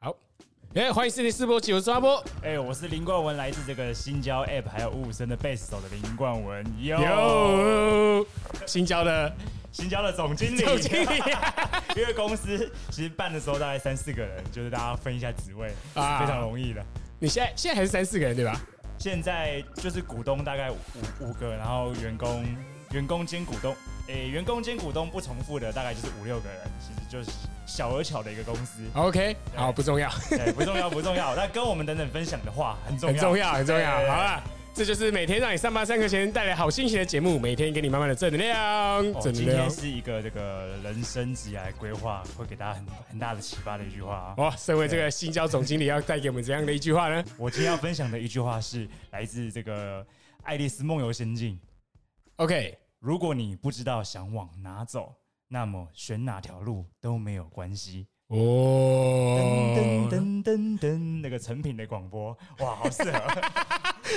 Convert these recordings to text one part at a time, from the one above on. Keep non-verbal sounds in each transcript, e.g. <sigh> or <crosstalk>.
好，哎、欢迎四零四波，我是阿波。哎、我是林冠文，来自这个新交 App，还有五五声的贝斯手的林冠文，有有新交的新交的总经理，总经理 <laughs> 因为公司其实办的时候大概三四个人，就是大家分一下职位，啊是非常容易的。你现在现在还是三四个人对吧？现在就是股东大概五五个，然后员工员工兼股东，哎、员工兼股东不重复的大概就是五六个人，其实就是小而巧的一个公司， <laughs> OK，好，不重要，对，不重要不重要。但跟我们等等分享的话很重要，很重要，很重要。对好了，这就是每天让你上班上课前带来好心情的节目，每天给你满满的正能量，哦正今能天量。是一个这个人生职业规划，会给大家很很大的启发的一句话啊。哇，身为这个新交总经理，要带给我们怎样的一句话呢？我今天要分享的一句话是来自这个《爱丽丝梦游仙境》： OK，如果你不知道想往哪走，那么选哪条路都没有关系。哦噔，噔噔噔，那个成品的广播，哇，好适 <laughs> 合。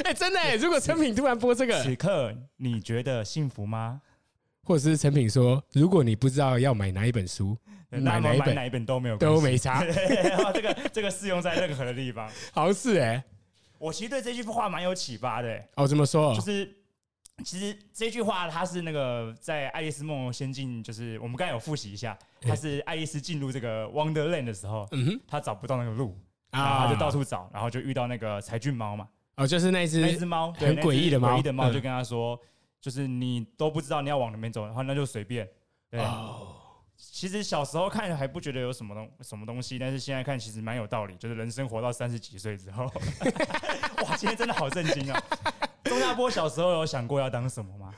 哎，真的耶，如果成品突然播这个，此刻你觉得幸福吗？或者是成品说，如果你不知道要买哪一本书，买那么哪一买本哪一本都没有关系，都没差，对。 <laughs> 这个这个适用在任何的地方。好像是哎。我其实对这句话蛮有启发的、欸哦，怎么说？就是其实这句话它是那个在《爱丽丝梦游仙境》，就是我们刚才有复习一下，它是爱丽丝进入这个 Wonderland 的时候，嗯哼她找不到那个路，然后啊，她就到处找，然后就遇到那个柴俊猫嘛，哦，就是那一那只只猫很对诡异的猫那只诡异的猫嗯就跟他说，就是你都不知道你要往哪边走，然后那就随便，对。哦其实小时候看还不觉得有什么东什么东西，但是现在看其实蛮有道理，就是人生活到三十几岁之后， <laughs> 哇，今天真的好震惊啊！钟大波小时候有想过要当什么吗？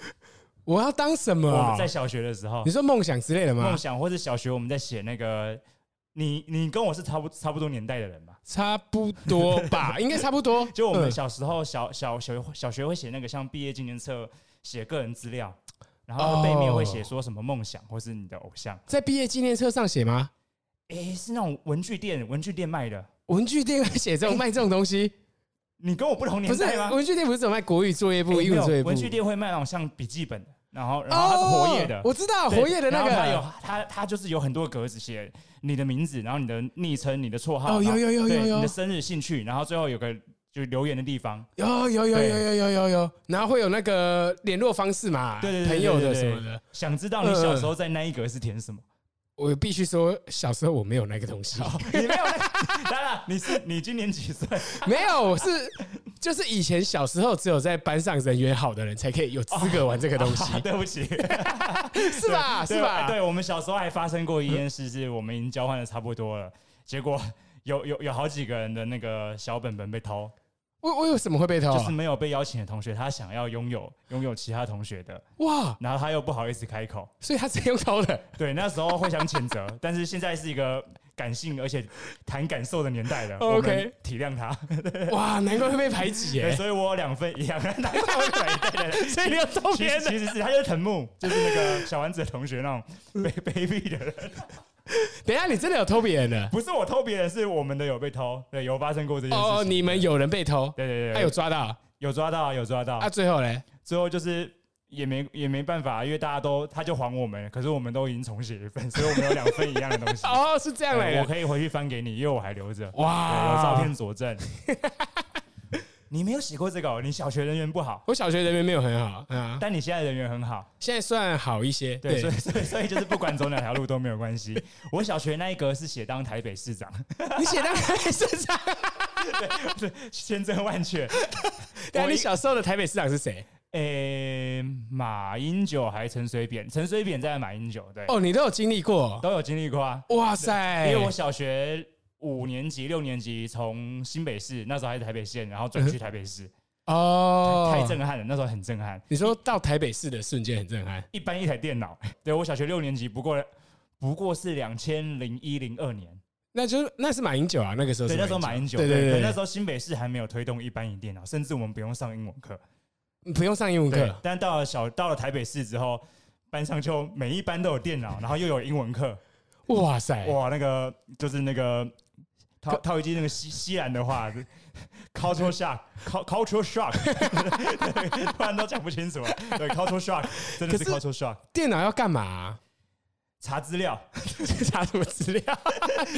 我要当什么我啊们？在小学的时候你，说梦想之类的吗梦？想或者小学我们在写那个，你你跟我是差不差不多年代的人吧？差不多 <laughs> 吧，应该差不多。就我们嗯小时候小小小学小学会写那个像毕业纪念册，写个人资料，然后背面会写说什么梦想或是你的偶像。在毕业纪念册上写吗？诶，是那种文具店文具店卖的。文具店会写这种卖这种东西，你跟我不同不哎年是代吗？文具店不是只有卖国语作业簿、诶英没文有作业簿，文具店会卖那种像笔记本的，然后然后它是哦，活页的。我知道对活页的那然个后，它有它它就是有很多格子写你的名字，然后你的昵称、你的绰号，哦，然有后有有对有你有的生日、兴趣，然后最后有个就留言的地方，有有有有有有有有，然后会有那个联络方式嘛，对对对朋友的对什对对么的。想知嗯道你小时候在那一格是填什么？我必须说，小时候我没有那个东西，你没有 <laughs> 那，当然你是你今年几岁？ <laughs> 没有，我是就是以前小时候只有在班上人缘好的人才可以有资格玩这个东西，啊 <laughs> 对不起，是吧？哦对是吧？对，我们小时候还发生过一件事，是我们已经交换的差不多了，结果有有有好几个人的那个小本本被偷，为为什么会被偷啊？就是没有被邀请的同学，他想要拥有拥有其他同学的，哇，然后他又不好意思开口。所以他是用偷 <laughs> 的。对，那时候会想谴责， <laughs> 但是现在是一个感性而且谈感受的年代了 OK 我们体谅他。哇，难怪会被排挤对，耶！所以我有两份一样，难怪会对对对所以你要偷其别人实的，其实是他就是藤木，就是那个小丸子的同学那种被卑鄙的人。 <laughs> 等一下你真的有偷别人的？不是我偷别人，是我们的有被偷， <laughs> 对，有发生过这件事情。哦，你们有人被偷，啊对对对，他有抓到有抓到，有抓到啊？。最后嘞，最后就是也没也没办法，啊因为大家都他就还我们，可是我们都已经重写 <laughs> 一份，所以我们有两份一样的东西。哦，是这样来对我的。可以回去翻给你，因为我还留着，对，有照哇片，佐证。 <laughs> 你没有写过这个哦，你小学人缘不好，我小学人缘没有很好啊，但你现在人缘很好。现在算好一些。对，所对以，所以所以就是不管走哪条路都没有关系。我小学那一格是写当台北市长，你写到台北市 <laughs> 长，千真万确。对啊，我你一小时候的台北市长是谁？诶、马英九还陈水扁，陈水扁在马英九，对，哦，你哎都有经历过。都有经历过啊。哇因塞为！我小学五年级、六年级从新北市，那时候还是台北县，然后转去台北市，嗯哦，太太震撼了，那时候很震撼。你说到台北市的瞬间很震撼。一般一台电脑，对我小学六年级，不过不过是两千零一零二年，那就是那是马英九啊，那个时候是对，那时候马英九，对可对能那对时候新北市还没有推动一般椅电脑，甚至我们不用上英文课。对，不用上英文对课，，但到了小到了台北市之后，班上就每一班都有电脑，然后又有英文课，哇塞，哇，那个就是那个套套一句那个西西兰的话 <laughs> ，culture shock，culture shock，对突然都讲不清楚了。对，culture shock，真的是可 culture shock。电脑要干嘛啊？查资料， <laughs> 查什么资料？ <laughs>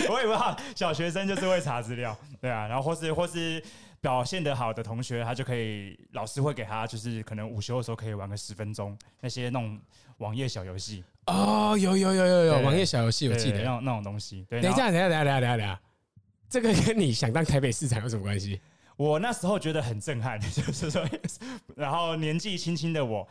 我也不知道，小学生就是会查资料，对啊，然后或是或是表现得好的同学，他就可以，老师会给他就是可能午休的时候可以玩个十分钟，那些那种网页小游戏，哦，有有有有有对网页小游戏，我记对得那。种那种东西。对，等一然后下，等一下，等一下，等一下，等一下，这个跟你想当台北市长有什么关系？ <laughs> 我那时候觉得很震撼， <laughs> 就是说，然后年纪轻轻的我，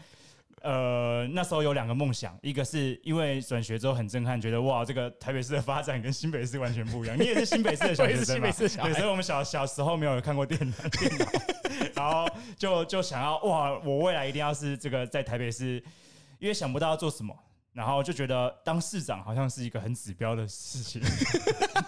呃，那时候有两个梦想，一个是因为转学之后很震撼，觉得哇，这个台北市的发展跟新北市完全不一样。你也是新北市的 <laughs> 小我也学是生新嘛北市的小孩对，所以我们小小时候没有看过电脑，电脑，然后就就想要哇，我未来一定要是这个在台北市，因为想不到要做什么。然后就觉得当市长好像是一个很指标的事情， <laughs>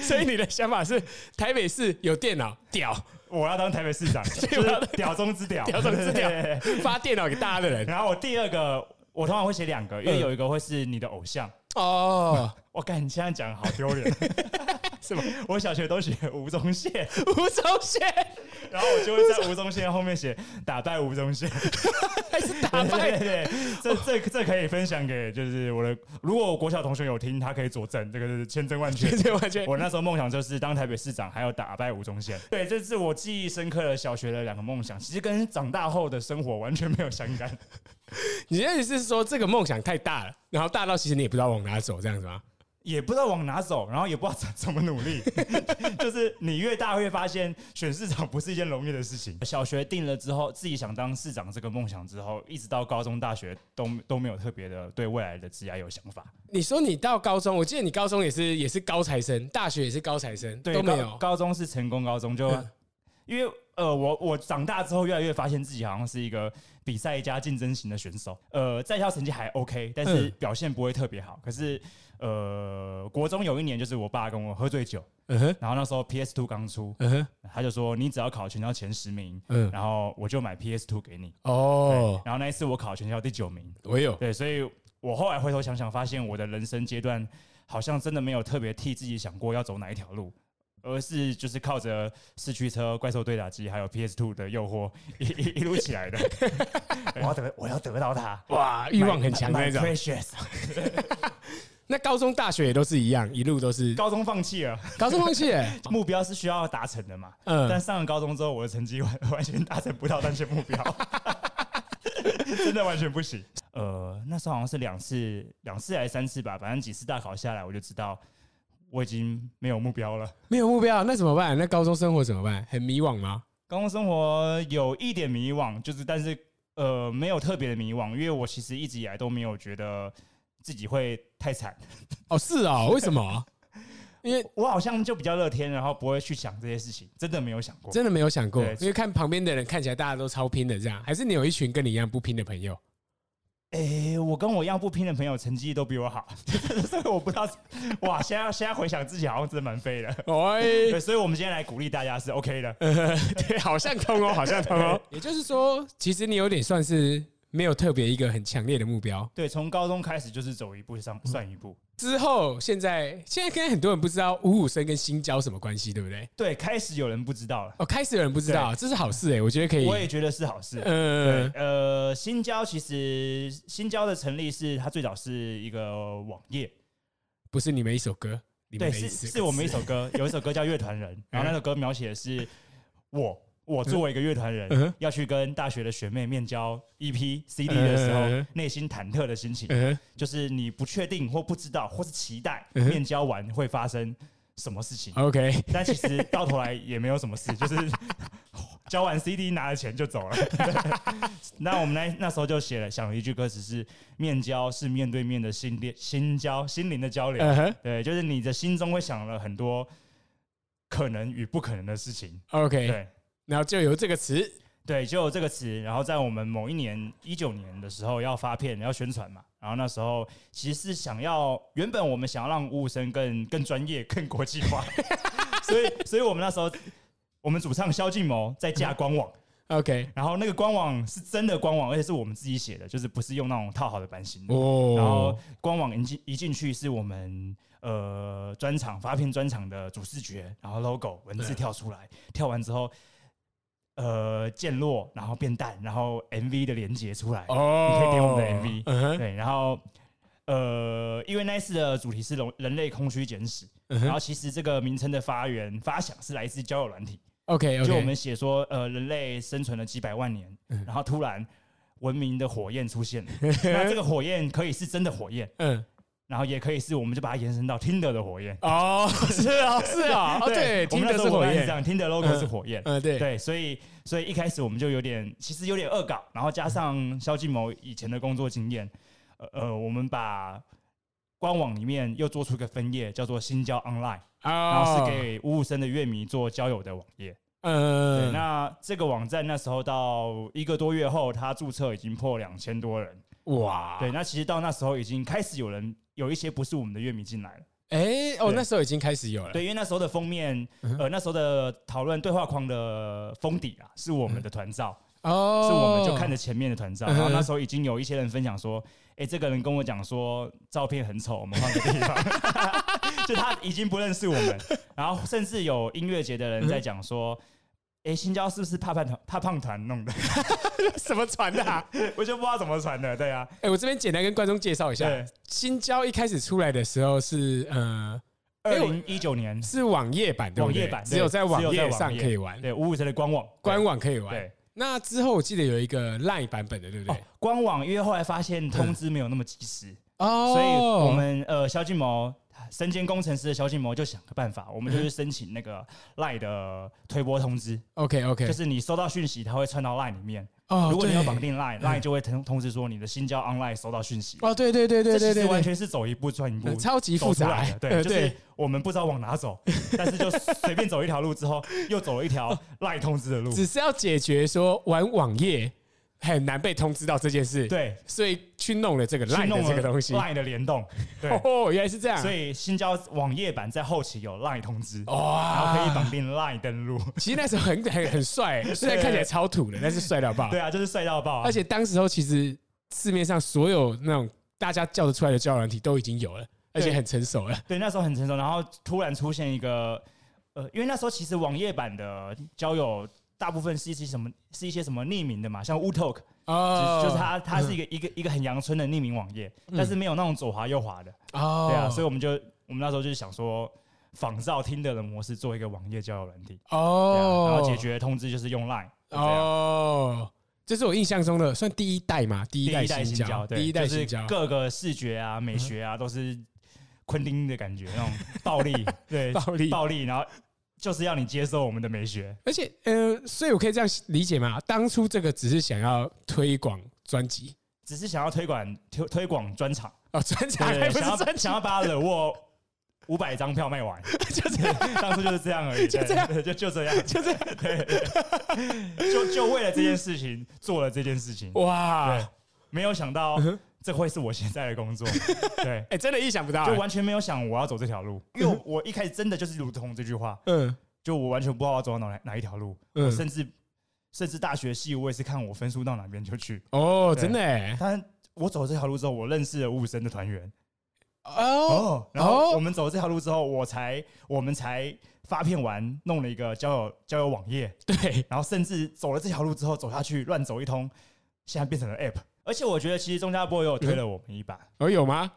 所以你的想法是台北市有电脑屌，我要当台 <laughs> 北市长，就我要是屌中之屌，屌中之 <laughs> 屌对发电脑给大家的人然后我第二个，我通常会写两个，因为嗯有一个会是你的偶像。 <laughs> 哦，我感你现在讲好丢脸， <laughs> 什么我小学都写吴宗宪，吴宗宪然后我就会在吴宗宪后面写打败吴宗 <laughs> 宪。还是打对败对对，这这这可以分享给就是我的，如果我国小同学有听，他可以佐证，这个是千真万确全。全完全我那时候梦想就是当台北市长，还有打败吴宗宪。对，这是我记忆深刻的小学的两个梦想，其实跟长大后的生活完全没有相干。你的意思是说这个梦想太大了，然后大到其实你也不知道往哪走，这样子吗？也不知道往哪走，然后也不知道怎怎么努力， <laughs> 就是你越大越发现选市长不是一件容易的事情。小学定了之后，自己想当市长这个梦想之后，一直到高中、大学都都没有特别的对未来的职业有想法，你说你到高中，我记得你高中也是也是高材生，大学也是高材生，对都没高有。高中是成功高中就，嗯因为呃，我我长大之后越来越发现自己好像是一个比赛加竞争型的选手，呃，在校成绩还 OK，但是嗯表现不会特别好。可是呃，国中有一年就是我爸跟我喝醉酒，嗯哼，然后那时候 PS Two 刚出，嗯哼，他就说你只要考全校前十名，嗯，然后我就买 PS Two 给你。哦，然后那一次我考全校第九名，我有，对，所以我后来回头想想，发现我的人生阶段好像真的没有特别替自己想过要走哪一条路，而是就是靠着四驱车、怪兽对打机还有 PS Two 的诱惑一 <laughs> 一一路起来的。我要得，我要得到它，哇，欲望很强的那 My- my 种。 precious 那高中、大学也都是一样，一路都是高中放弃了，高中放弃 <laughs> 了，目标是需要达成的嘛。嗯但上了高中之后，我的成绩完完全达成不到那些目 <laughs> 标，真的完全不行。呃，那时候好像是两次、两次还是三次吧，反正几次大考下来，我就知道我已经没有目标了。没有目标，那怎么办？那高中生活怎么办？很迷惘吗？高中生活有一点迷惘，就是但是呃没有特别的迷惘，因为我其实一直以来都没有觉得自己会太惨，哦，是哦，为什 <laughs> 么？因为我好像就比较乐天，然后不会去想这些事情，真的没有想过。真的没有想过对，因为看旁边的人看起来大家都超拼的，这样还是你有一群跟你一样不拼的朋 <laughs> 友？诶、我跟我一样不拼的朋友成绩都比我好， <laughs> 所以我不知道。 <laughs> 哇，现在现在回想自己好像真的蛮 <laughs> 废的。哎，对，所以我们今天来鼓励大家是 OK 的。嗯对，好像通哦，好像通哦。也就是说，其实你有点算是没有特别一个很强烈的目标。对，从高中开始就是走一步嗯上算一步。之后，现在现在可能很多人不知道五五身跟新交什么关系，对不对？对，开始有人不知道了，哦，开始有人不知道，这是好事哎，我觉得可以。我也觉得是好事。对嗯，呃，新交其实新交的成立是它最早是一个网页，不是你们一首歌，你们对，的一是首是我们一首歌，有一首歌叫《乐 <laughs> 团人》，然后那首歌描写的是我，我作为一个乐团人，嗯哼要去跟大学的学妹面交 E EP、CD 的时候，嗯嗯嗯内心忐忑的心情，嗯哼就是你不确定或不知道或是期待嗯哼啊面交完会发生什么事情， OK，但其实到头来也没有什么事，就是 <laughs> 交完 CD 拿了钱就走了。 <laughs> 那我们那那时候就写了，想了一句歌词是：面交是面对面的心恋心交心灵的交流。嗯哼对，就是你的心中会想了很多可能与不可能的事情。 ，OK，对然后就由这个词，对，就有这个词。然后在我们某一年一九年的时候要发片要宣传嘛，然后那时候其实是想要，原本我们想要让五五声更更专业、更国际化， <laughs> 所以所以我们那时候我们主唱萧敬谋在架官网， OK，然后那个官网是真的官网，而且是我们自己写的，就是不是用那种套好的版型的。哦，然后官网一进一进去是我们呃专场发片专场的主视觉，然后 logo 文字跳出来，跳完之后呃渐落，然后变淡，然后 MV 的连接出来，哦，你可以点我们的 MV 嗯哼对，然后呃因为那一次的主题是人人类空虚简史，嗯然哼后其实这个名称的发源发想是来自交友软体。 ，OK，嗯就我们写说，呃，人类生存了几百万年，然后突然文明的火焰 <laughs> 出现了，那这个火焰可以是真的火焰，嗯，然后也可以是我们就把它延伸到 Tinder 的火焰。哦，是啊，是啊，哦，对，我听们那的时是候火文案是这焰，样，Tinder logo 是火焰。嗯，对，对，所以所以一开始我们就有点，其实有点恶搞，然后加上萧敬谋以前的工作经验，呃呃，我们把官网里面又做出一个分页，叫做新交 Online，然后啊是，给五五生的乐迷做交友的网页。对，嗯，那这个网站那时候到一个多月后，它注册已经破两千多人。哇，对，，那其实到那时候已经开始有人有一些不是我们的乐迷进来了。哎，哦，对那时候已经开始有了，对，因为那时候的封面，嗯呃，那时候的讨论对话框的封底啊，是我们的团照，嗯哦，是我们就 <laughs> 看着前面的团照。嗯哼然后那时候已经有一些人分享说，哎，这个人跟我讲说照片很丑，我们换个地方。 <laughs> 就他已经不认识我们，然后甚至有音乐节嗯的人在讲说，哎，新交是不是怕胖团怕胖团弄的？ <laughs> 什么船的 <laughs> 啊，我就不知道怎么传的，对啊，哎，我这边简单跟观众介绍一下对，新交一开始出来的时候是呃。二哎我零一九年，是网页版，对不对网页版对只有在网只有页在网上页可以玩，对五五神的官网，哎官网可以玩对。那之后我记得有一个 LINE 版本的，对不哦对？，官网，因为后来发现通知没有那么及时，哦所以我们呃萧敬谋身兼工程师的萧敬谋就想个办法，我们就去申请那个 LINE 的推播通知， OK OK，就是你收到讯息，它会串到 LINE 里面，哦，如果你对有绑定 LINE，LINE 就会通通知说你的新交 online 收到讯息。哦，对对对对对这其实对，完对全是走一步算一步呃，超级走复出杂来的，，对，呃就是我们不知道往 <laughs> 哪走，但是就随便走一条路之后，又走了一条赖通知的路，只是要解决说玩网页很难被通知到这件事，，对，所以去弄了这个去 LINE 弄的了这个东西。赖的联动，对，哦，原来是这样，所以新交网页版在后期有赖通知，然哇，后可以绑定赖登录，哦其实那时候很很很帅，虽然看起来超土的，但是帅到爆对。啊，就是帅到爆啊，而且当时候其实市面上所有那种大家叫得出来的交友软体都已经有了，而且很成熟了。对那时候很成熟，然后突然出现一个，呃，因为那时候其实网页版的交友。大部分是一些什么？是一些什么匿名的嘛？像 Wu Talk，、哦就是它，它是一个、一个一个很阳春的匿名网页，但是没有那种左滑右滑的。嗯哦，对啊，所以我们就我们那时候就是想说，仿照 Tinder 的模式做一个网页交友软体，对啊哦，然后解决通知就是用 Line，就啊这样哦，这是我印象中的算第一代嘛，第第一代一代新新交，交，对第一代就是新交，各个视觉啊、美学啊都是昆汀的感觉，那种暴力， <laughs> 对，嗯 <laughs> 暴力暴力，然后就是要你接受我们的美学，而且呃，所以我可以这样理解嘛，当初这个只是想要推广专辑只是想要推广推推广专场，哦，专辑 <laughs> 对还对，不想是要专辑想，要把冷沃五百张票 <laughs> 卖完，就这样， <laughs> 当初就是这样而已，就对这样对就就这 <laughs> 样，就这 <laughs> 样，就就为了这件事情做了这件事情，对哇，，嗯没有想到这会是我现在的 <laughs> 工作，对，哎，真的意想不到就欸，完全没有想我要走这条路，啊 <laughs> 因为我我一开始真的就是如同这句话，嗯就我完全不知道要走到哪哪一条路，我嗯，甚至甚至大学系我也是看我分数到哪边就 <laughs> 去，哦，对真的欸，但我走这条路之后，我认识了五五生的团员。哦，哦，然后我们走这条路之后，我才我们才发片完，弄了一个交友交友网页，对，然后甚至走了这条路之后走下去乱走一通，现在变成了 app。而且我觉得其实钟家波也有推了我们一把。哦，有吗？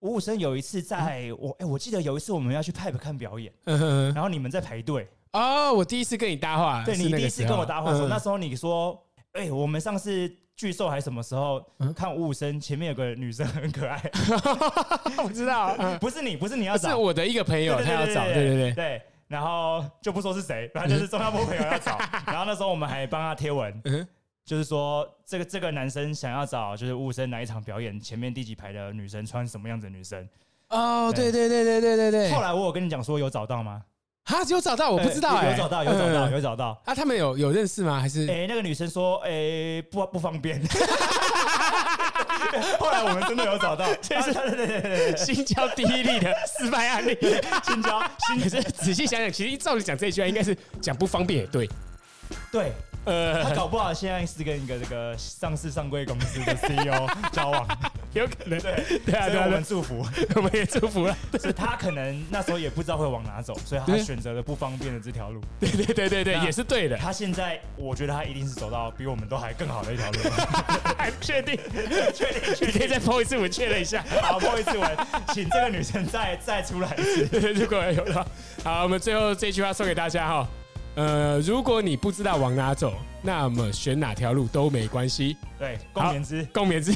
五五生有一次在我哎、我记得有一次我们要去 Pipe 看表演，嗯哼哼然后你们在排队，哦，我第一次跟你搭话，对啊是你那第个一时次候跟我搭话的时候，嗯那时候你说哎、我们上次巨兽还什么时候嗯看五五生前面有个女生 <laughs> 很可爱，我知道，嗯不是你，不是你要找是，我的一个朋友，对他对要对找，对对对对，对，然后就不说是谁，反正就是中央波朋友要 <laughs> 找。然后那时候我们还帮他贴文，嗯就是说这个这个男生想要找就是五五生哪一场表演前面第几排的女生穿什么样子的女生。哦，对对对对对对对对，后来我有跟你讲说有找到吗？哈，有找到，哎我不知道哎哎，有找到，有找到，嗯有找到。啊，他们有有认识吗？还是 <laughs> 哎，那个女生说，哎，不不方便。 <laughs> 后来我们真的 <laughs> 有找到，对对对对对对，新交第一例的失败案 <laughs> 例？新交 <laughs> 新可是仔细想想，其实照理讲这一句话应该是讲不方便也对，对，呃，他搞不好现在是跟一个这个上市上柜公司的 CEO 交往，有可能，对 <laughs> 对啊，所以对我啊，对们啊祝福。我们也祝福了，所以他可能那时候也不知道会往哪走，所以他对选择了不方便的这条路。对对对对对，那也是对的，他现在，我觉得他一定是走到比我们都还更好的一条路。 <laughs> 还不确定，确定，确你可以定。再剖一次，我确认一下。好，不好意思，我请这个女生再再出来一次。如果有的话，好，我们最后这句话送给大家哈、呃，如果你不知道往哪走，那么选哪条路都没关系。对，共勉之。共勉之。